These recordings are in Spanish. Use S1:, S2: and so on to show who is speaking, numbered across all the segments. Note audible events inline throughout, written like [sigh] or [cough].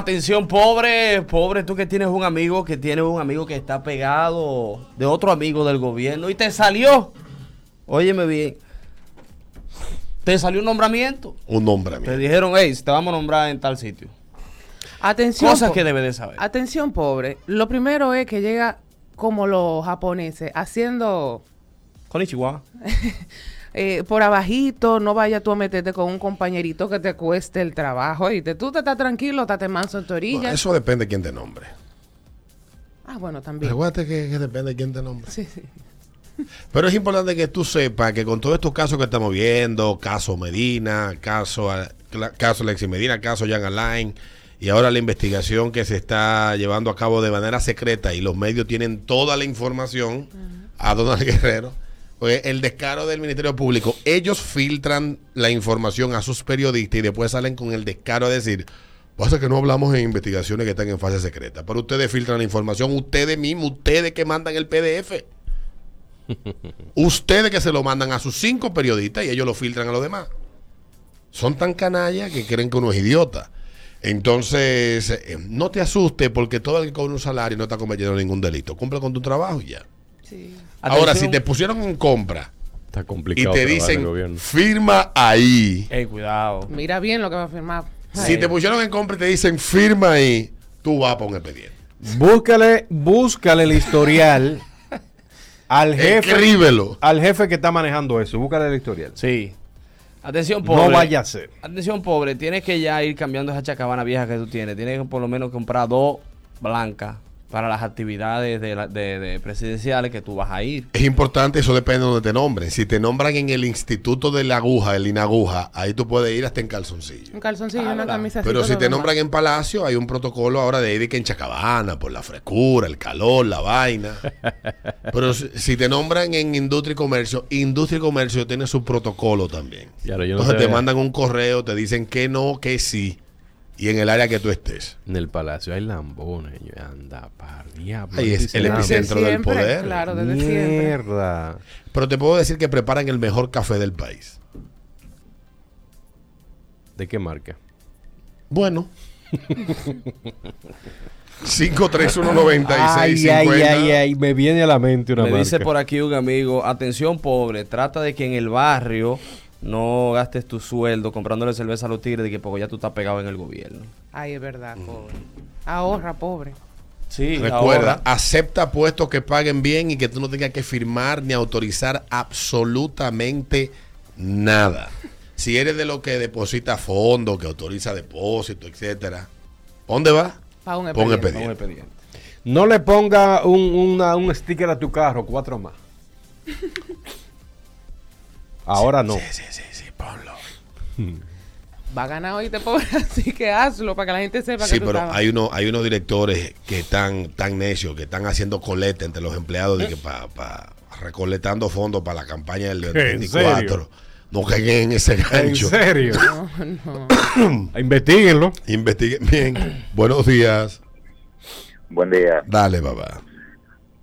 S1: Atención, pobre, pobre, tú que tienes un amigo que tiene un amigo que está pegado de otro amigo del gobierno y te salió. Óyeme bien. Te salió un nombramiento.
S2: Un nombre a mí.
S1: Te dijeron, hey, te vamos a nombrar en tal sitio.
S3: Atención.
S1: Cosas
S3: po-
S1: que debe de saber.
S3: Atención, pobre. Lo primero es que llega como los japoneses, haciendo
S1: Con Ichiwa.
S3: eh, por abajito, no vaya tú a meterte con un compañerito que te cueste el trabajo. Y tú te estás tranquilo, estate manso en tu orilla.
S2: Bueno, eso depende de quién te nombre.
S3: Ah, bueno, también.
S2: Recuerda que, que depende de quién te nombre.
S3: Sí, sí.
S2: Pero es importante que tú sepas que con todos estos casos que estamos viendo, caso Medina, caso, a- cla- caso Alexis Medina, caso Jan Alain, y ahora la investigación que se está llevando a cabo de manera secreta y los medios tienen toda la información a Donald [laughs] Guerrero, porque el descaro del Ministerio Público, ellos filtran la información a sus periodistas y después salen con el descaro a decir, pasa que no hablamos en investigaciones que están en fase secreta, pero ustedes filtran la información, ustedes mismos, ustedes que mandan el PDF. Ustedes que se lo mandan a sus cinco periodistas y ellos lo filtran a los demás. Son tan canallas que creen que uno es idiota. Entonces, eh, no te asustes porque todo el que cobra un salario no está cometiendo ningún delito. Cumple con tu trabajo y ya.
S3: Sí.
S2: Ahora, si
S1: Atención.
S2: te pusieron en compra
S4: Está
S2: y
S4: complicado.
S2: te
S4: trabajar en el
S2: dicen,
S4: gobierno.
S2: firma ahí.
S1: Ey, cuidado.
S3: Mira bien lo que va a firmar.
S2: Si te pusieron en compra y te dicen, firma ahí, tú vas para un expediente.
S4: Búscale, búscale el historial
S2: [laughs]
S4: al jefe,
S2: Escríbelo.
S4: al jefe que está manejando eso. Búscale el historial.
S1: Sí. Atención, pobre.
S4: No vaya a ser.
S1: Atención, pobre. Tienes que ya ir cambiando esa chacabana vieja que tú tienes. Tienes que por lo menos comprar dos blancas para las actividades de, la- de- de presidenciales que tú vas a ir.
S2: Es importante, eso depende de donde te nombren. Si te nombran en el Instituto de la Aguja, el INAGUJA, ahí tú puedes ir hasta en calzoncillo.
S3: Un calzoncillo,
S1: Ah,
S3: una
S1: ¿verdad?
S3: camisa.
S2: Pero si te nombran en Palacio, hay un protocolo ahora de ir que en Chacabana, por la frescura, el calor, la
S4: [laughs]
S2: vaina. Pero si, si te nombran en Industria y Comercio, Industria y Comercio tiene su protocolo también.
S4: Y ahora yo no
S2: Entonces
S4: sé-
S2: te mandan un correo, te dicen que no, que sí, y en el área que tú estés.
S4: En el palacio hay lambones. yo, Anda, par diablo.
S2: Ahí es
S4: Dice
S2: el
S4: lamb-
S2: epicentro del poder.
S3: Claro, desde siempre.
S4: Mierda.
S2: Pero te puedo decir que preparan el mejor café del país.
S4: ¿De qué marca? [laughs]
S2: Bueno. [laughs] 5319650.
S4: ay, me viene a la mente una
S1: Me dice
S4: marca.
S1: por aquí un amigo, atención pobre, trata de que en el barrio no gastes tu sueldo comprándole cerveza a los tigres de que porque ya tú estás pegado en el gobierno.
S3: Ay, es verdad,
S2: Mm.
S3: pobre. Ahorra, pobre.
S1: Sí,
S2: Recuerda, acepta puestos que paguen bien y que tú no tengas que firmar ni autorizar absolutamente nada. Si eres de lo que deposita fondos, que autoriza depósito, etcétera, ¿dónde va?
S3: Paga un
S2: Pon
S3: expediente.
S1: un
S2: expediente.
S1: expediente.
S4: No le ponga un, una- un sticker a tu carro,
S3: [laughs]
S4: cuatro más. Ahora no.
S2: Sí, sí, sí, ponlo.
S3: Va a ganar hoy, te pobre. [laughs] Así que hazlo para que la gente sepa
S2: Sí,
S3: que tú
S2: pero
S3: estabas.
S2: hay, uno, hay unos directores que están tan necios, que están haciendo coleta entre los empleados, de que
S3: ¿Eh?
S2: pa, pa- recolectando fondos para la campaña del
S4: ¿En
S2: 24.
S4: serio?
S2: No caigan en ese
S4: ¿En
S2: gancho.
S4: serio?
S3: No.
S4: [coughs] Investíguenlo.
S2: Investiguen bien. Buenos días.
S5: Buen día.
S2: Dale, papá.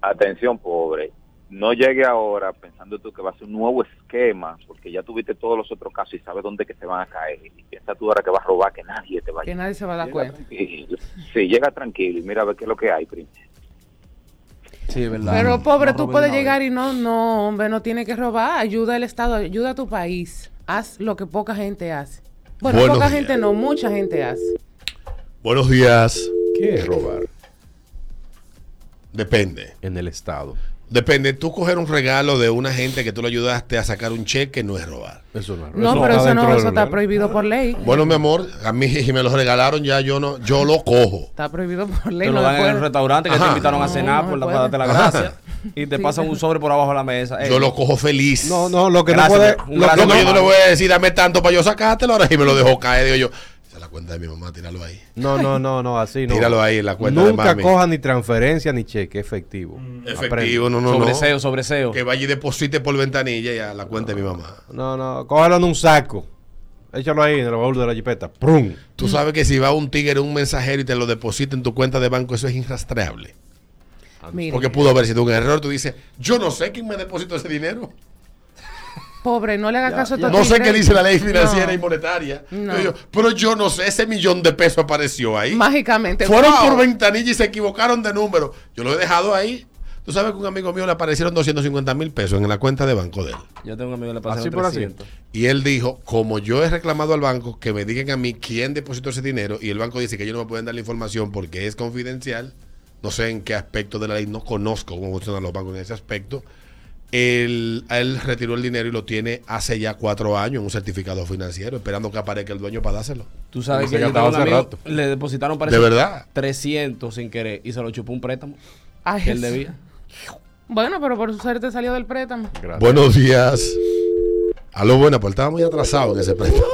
S5: Atención, pobre. No llegue ahora pensando tú que va a ser un nuevo esquema, porque ya tuviste todos los otros casos y sabes dónde que se van a caer. Y piensa tú ahora que vas a robar, que nadie te va a
S3: Que nadie se va a dar cuenta.
S5: tranquilo. [laughs] Sí, llega tranquilo y mira a ver qué es lo que hay, primo.
S1: Sí, es verdad.
S3: Pero pobre,
S1: No
S3: tú
S1: roben
S3: puedes
S1: una vez.
S3: llegar y no, no, hombre, no tiene que robar. Ayuda al Estado, ayuda a tu país. Haz lo que poca gente hace. Bueno,
S2: Buenos
S3: poca
S2: días.
S3: gente no, mucha gente hace.
S2: Buenos días.
S4: ¿Qué es robar?
S2: Depende.
S4: En el Estado.
S2: Depende. Tú coger un regalo de una gente que tú le ayudaste a sacar un cheque no es robar.
S4: Eso no es robar.
S3: No, pero eso
S4: dentro
S3: no,
S4: del
S3: eso está
S4: orden.
S3: prohibido por ley.
S2: Bueno, mi amor, a mí si me los regalaron ya yo no, yo lo cojo.
S3: Está prohibido por ley.
S1: Te lo
S3: no
S1: dan en el
S3: puede.
S1: restaurante que
S2: Ajá.
S1: te invitaron a
S3: No,
S1: cenar
S3: no
S1: por la,
S3: puede.
S1: para darte la
S2: Ajá.
S1: gracia y te
S3: [laughs] Sí.
S1: pasan un sobre por abajo de la mesa. Eh, Ey,
S2: Yo lo cojo feliz.
S4: Eh, No, no, lo que
S1: Gracias,
S4: no
S1: pero
S4: puede.
S1: un
S4: Lo
S1: gran
S4: que
S2: Yo no,
S4: no,
S1: hombre.
S2: yo no le voy a decir, dame tanto para yo sacártelo. Ahora y me lo dejo caer. Digo yo, esa es la cuenta de mi mamá, tíralo ahí.
S4: no, no, no, no, así no.
S2: Tíralo ahí en la cuenta de
S4: Nunca
S2: mami. Mm,
S4: coja ni transferencia ni cheque, efectivo. Aprende.
S2: Efectivo, no, no,
S1: Sobreseo,
S2: no.
S1: sobreseo.
S2: Que vaya y deposite por ventanilla y a la cuenta de mi mamá.
S4: No, no, cógelo en un saco. Échalo ahí en el baúl de la jipeta. ¡Prum!
S2: Tú sabes que si va un tigre, un mensajero y te lo deposita en tu cuenta de banco, eso es inrastreable.
S3: Mira,
S2: Porque pudo haber sido un error. Tú dices, yo no sé quién me depositó ese dinero.
S3: Pobre, no le haga caso a estos
S2: No sé
S3: tigres.
S2: qué dice la ley financiera
S3: No.
S2: y monetaria.
S3: No.
S2: Yo digo, pero yo no sé, ese millón de pesos apareció ahí.
S3: Mágicamente.
S2: Fueron
S3: wow.
S2: por ventanilla y se equivocaron de número. Yo lo he dejado ahí. Tú sabes que a un amigo mío le aparecieron 250 mil pesos en la cuenta de banco de él.
S1: Yo tengo un amigo que le pasaron
S4: Así por así.
S1: 300.
S2: Y él dijo, como yo he reclamado al banco que me digan a mí quién depositó ese dinero y el banco dice que ellos no me pueden dar la información porque es confidencial, no sé en qué aspecto de la ley, no conozco cómo funcionan los bancos en ese aspecto, él, a él retiró el dinero y lo tiene hace ya cuatro años en un certificado financiero, esperando que aparezca el dueño para dárselo.
S1: Tú sabes
S4: Se
S1: que yo tengo
S4: gastaba
S1: un
S4: hace
S1: amigo,
S4: rato.
S1: le depositaron
S2: ¿De verdad?
S1: 300 sin querer y se lo chupó un préstamo
S3: Ay,
S1: que él
S3: Jesús.
S1: debía.
S3: Bueno, pero por suerte salió del préstamo.
S4: Gracias.
S2: Buenos días. Aló, buena, pues estaba muy atrasado en ese préstamo.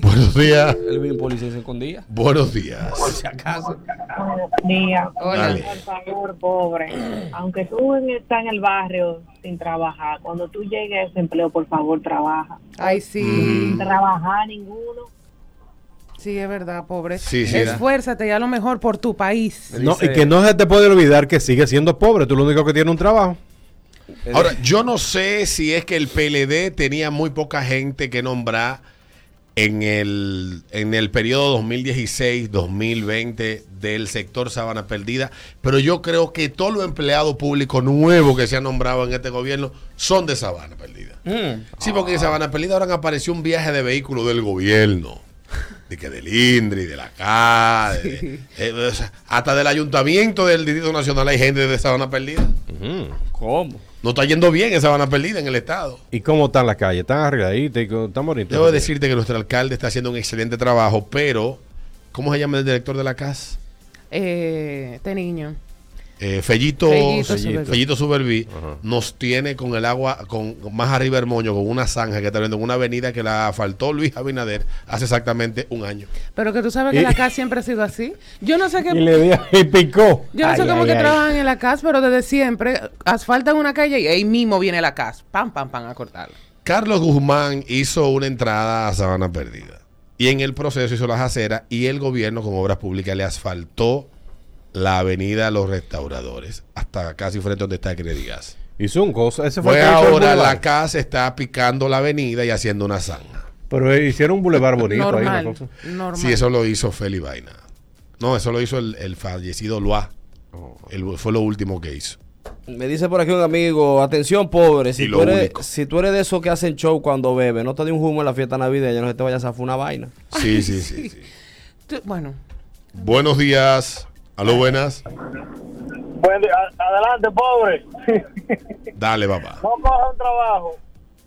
S2: Buenos días.
S1: Él vio un policía y se escondía.
S2: Buenos días.
S1: Por si acaso.
S6: Buenos días.
S3: Hola.
S2: Dale.
S6: Por favor, pobre. Aunque tú en- estás en el barrio sin trabajar, cuando tú llegues a ese empleo, por favor, trabaja.
S3: Ay, sí. Mm.
S2: Mm.
S6: Sin trabajar ninguno.
S3: Sí, es verdad, pobre.
S2: Sí, sí, da.
S3: Esfuérzate y a lo mejor por tu país.
S4: No, y que no se te puede olvidar que sigue siendo pobre. Tú lo único que tienes es un trabajo.
S2: Ahora, yo no sé si es que el PLD tenía muy poca gente que nombrar en el, en el periodo 2016-2020 del sector Sabana Perdida, pero yo creo que todos los empleados públicos nuevos que se han nombrado en este gobierno son de Sabana Perdida.
S1: Mm.
S2: Sí, porque en Sabana Perdida ahora apareció un viaje de vehículo del gobierno. De que del INDRI, de la CA, de- eh, o sea, hasta del ayuntamiento del Distrito Nacional hay gente de Sabana Perdida.
S1: ¿Cómo?
S2: No está yendo bien esa Sabana Perdida en el Estado.
S4: ¿Y cómo están las calles? ¿Están arregladitas? y co- ¿Están bonitas?
S2: Debo decirte que nuestro alcalde está haciendo un excelente trabajo, pero ¿cómo se llama el director de la CAS?
S3: Eh, este niño.
S2: Eh, Fellito,
S3: Fellito
S2: Fellito,
S3: Superbi.
S2: Superbi nos tiene con el agua con con más arriba Hermoño, con una zanja que está viendo en una avenida que la faltó Luis Abinader hace exactamente un año.
S3: Pero que tú sabes que
S4: Y-
S3: la CAS siempre ha sido así. Yo no sé qué.
S4: Y le di- y picó.
S3: Yo no sé
S4: Ay,
S3: cómo
S4: ay,
S3: que
S4: ay.
S3: trabajan en la CAS, pero desde siempre asfaltan una calle y ahí mismo viene la CAS. Pam, pam, pam, a cortarla.
S2: Carlos Guzmán hizo una entrada a Sabana Perdida y en el proceso hizo las aceras y el gobierno con obras públicas le asfaltó la avenida a los restauradores hasta casi frente donde está Credigas.
S4: Hizo un gozo. Ese
S2: Fue
S4: el que hizo el
S2: ahora
S4: boulevard.
S2: la casa está picando la avenida y haciendo una zanja.
S4: Pero hicieron un bulevar bonito ahí. una
S3: Normal.
S4: cosa.
S3: Normal.
S2: Sí, eso lo hizo Feli Vaina. No, eso lo hizo el, el fallecido Loa. El- fue lo último que hizo.
S1: Me dice por aquí un amigo, atención pobre,
S2: Y
S1: si
S2: lo
S1: tú, eres,
S2: único.
S1: si tú eres de esos que hacen show cuando bebe, no te dé un humo en la fiesta navideña, no se te vaya a zafar una vaina.
S2: Sí, sí, sí, sí.
S3: Tú- bueno,
S2: Buenos días. Aló, buenas.
S7: Bueno, a- adelante, pobre.
S2: Dale, papá.
S7: No coja un trabajo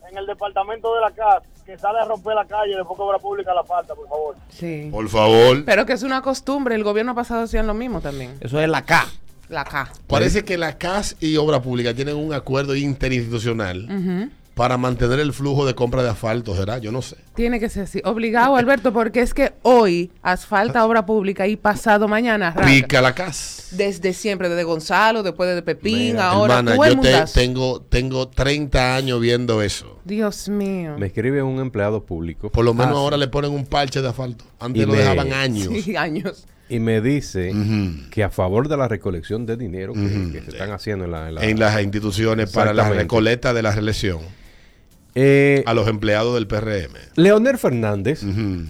S7: en el departamento de la casa que sale a romper la calle y después que obra pública la falta, por favor.
S3: sí.
S2: Por favor.
S3: Pero que es una costumbre. El gobierno pasado hacían lo mismo también.
S1: Eso es la K.
S3: La CAS.
S2: Parece que la CAS y Obra Pública tienen un acuerdo interinstitucional para mantener el flujo de compra de asfalto, ¿será? Yo no sé.
S3: Tiene que ser así. Obligado, Alberto, porque es que hoy asfalta obra pública y pasado mañana arranca.
S2: Pica la CAS.
S3: Desde siempre, desde Gonzalo, después de Pepín, ahora
S2: Hermana,
S3: todo el
S2: yo te-
S3: mundazo.
S2: tengo, tengo 30 años viendo eso.
S3: Dios mío.
S4: Me escribe un empleado público.
S2: Por lo menos
S4: Ah,
S2: ahora le ponen un parche de asfalto. Antes
S4: Y
S2: lo
S4: me-
S2: dejaban años.
S3: Sí, años.
S4: Y me dice
S2: Ujú.
S4: que a favor de la recolección de dinero que,
S2: Ujú.
S4: que se están haciendo en la... en la-
S2: En las instituciones para la
S4: Exactamente.
S2: recolecta de la reelección
S4: Eh,
S2: a los empleados del PRM.
S4: Leonel Fernández,
S2: Ujú.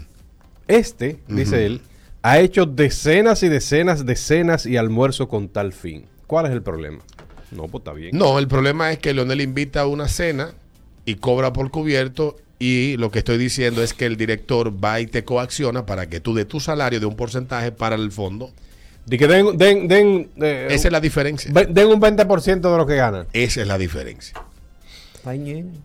S4: este, dice él, ha hecho decenas y decenas, decenas y almuerzos con tal fin. ¿Cuál es el problema? No, pues está bien.
S2: No, el problema es que Leonel invita a una cena y cobra por cubierto. Y lo que estoy diciendo es que el director va y te coacciona para que tú de tu salario de un porcentaje para el fondo.
S4: De que den, den, den, eh,
S2: Esa es la diferencia.
S4: ve- den un 20% de lo que ganan.
S2: Esa es la diferencia.
S1: Está bien.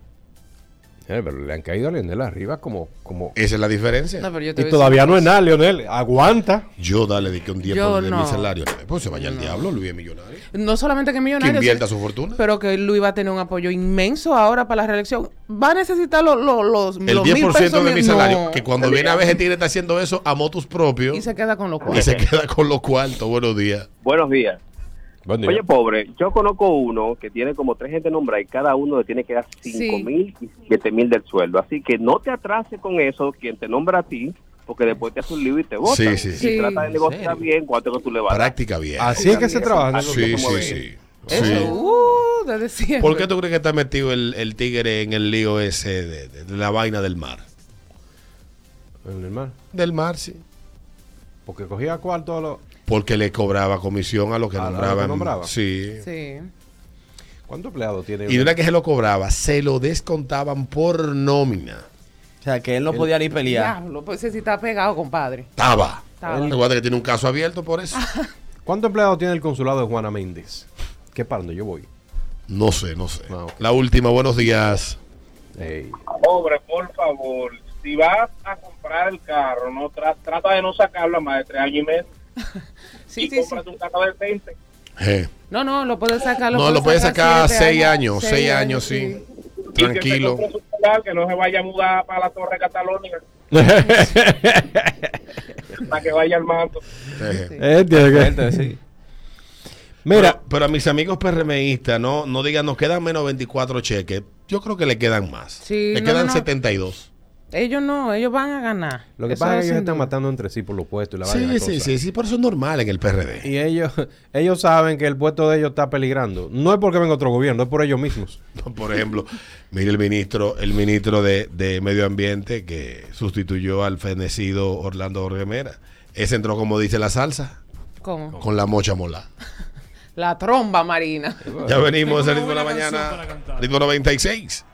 S4: Eh, pero le han caído a Leonel arriba como... como
S2: Esa es la
S3: No,
S2: diferencia.
S3: pero yo te
S4: y
S3: voy a
S4: todavía
S3: decir
S4: no es nada, Leonel. Aguanta.
S2: Yo dale de que un 10%
S3: Yo
S2: de
S3: no.
S2: mi salario. Pues se vaya al diablo, Luis es millonario.
S3: una cosa. No solamente que
S2: Que
S3: millonario.
S2: invierta
S3: sino-
S2: su fortuna.
S3: Pero que Luis va a tener un apoyo inmenso ahora para la reelección. Va a necesitar los, los, los,
S2: El
S3: los mil
S2: 10%
S3: pesos
S2: de
S3: mi-
S2: mi salario.
S3: No.
S2: Que cuando viene a ver ese tigre está haciendo eso a motus propios.
S3: Y se queda con los
S2: Y
S3: cuatro.
S2: se queda con los cuartos. Buenos días.
S8: Buenos días.
S4: Buen día.
S5: pues,
S8: Oye, pobre, yo conozco uno que tiene como tres gente nombrada y cada uno le tiene que dar cinco
S3: Sí.
S8: mil y siete mil del sueldo. Así que no te atrases con eso, quien te nombra a ti, porque después te hace un lío y te vota.
S2: Sí, sí,
S8: Y
S2: sí.
S8: trata de
S1: ¿En
S8: negociar
S1: serio?
S8: bien cuánto que tú le vas a dar.
S2: Práctica bien.
S4: Así es que se trabaja.
S8: Ah,
S4: ¿no?
S2: Sí, sí,
S8: ¿Cómo
S2: sí.
S8: ves?
S2: Sí.
S3: Eso, uh, actitud desde siempre.
S2: [laughs] ¿Por qué tú crees que está metido el, el tigre en el lío ese de, de- de la vaina del mar?
S4: En el mar.
S2: Del mar, sí.
S4: Porque cogía cuarto a los.
S2: Porque le cobraba comisión a los que
S4: A los que
S2: nombraban.
S4: nombraba.
S2: Sí.
S3: Sí.
S4: ¿Cuántos empleados tiene?
S2: Y no era que se lo cobraba, se lo descontaban por nómina.
S1: O sea, que él no podía ni pelear.
S3: Diablo, pues ese sí está pegado, compadre.
S2: Estaba.
S3: Estaba.
S2: Recuerda que tiene un caso abierto por eso.
S4: ¿Cuántos empleados tiene el consulado de Juana Méndez? ¿Qué para donde yo voy?
S2: No sé, no sé.
S4: Ah, ok.
S2: La última, buenos días.
S4: Ey,
S7: Pobre, por favor, si vas a comprar el carro, no tra- trata de no sacarlo a más de tres años y medio.
S3: Sí, sí,
S7: y
S3: sí.
S7: cómprate un carro decente.
S2: Eh,
S3: No, no, lo puedes sacar.
S2: No, lo puedes sacar
S3: siete
S2: seis años, seis años, sí. Tranquilo.
S7: Y que, se compre su celular, que no se vaya a mudar para la Torre Catalónica,
S4: [laughs]
S7: para que vaya al manto.
S2: Eh.
S3: sí.
S4: Eh, tiene que- Mira,
S2: Pero, pero a mis amigos PRMistas, no, no digan, nos quedan menos 24 cheques. Yo creo que le quedan más.
S3: Sí,
S2: le
S3: no,
S2: quedan
S3: no, no.
S2: 72.
S3: Ellos no, ellos van a ganar.
S4: lo que
S3: Eso
S4: pasa es
S3: es
S4: que ellos
S3: sin
S4: están
S3: duda.
S4: matando entre sí por los puestos y la vaina y
S2: Sí,
S4: la
S2: sí,
S4: cosa.
S2: sí, sí, por eso es normal en el PRD.
S4: Y ellos, [laughs] ellos saben que el puesto de ellos está peligrando. No es porque venga otro gobierno, es por ellos mismos.
S2: Por ejemplo, mire el ministro, el ministro de, de Medio Ambiente que sustituyó al fenecido Orlando Orgemera. Ese entró, como dice la salsa,
S3: ¿Cómo?
S2: con la mocha mola.
S3: La tromba marina.
S2: Ya venimos,
S9: Tengo una
S2: el ritmo de la
S9: buena
S2: mañana,
S9: canción para cantar.
S2: ritmo 96.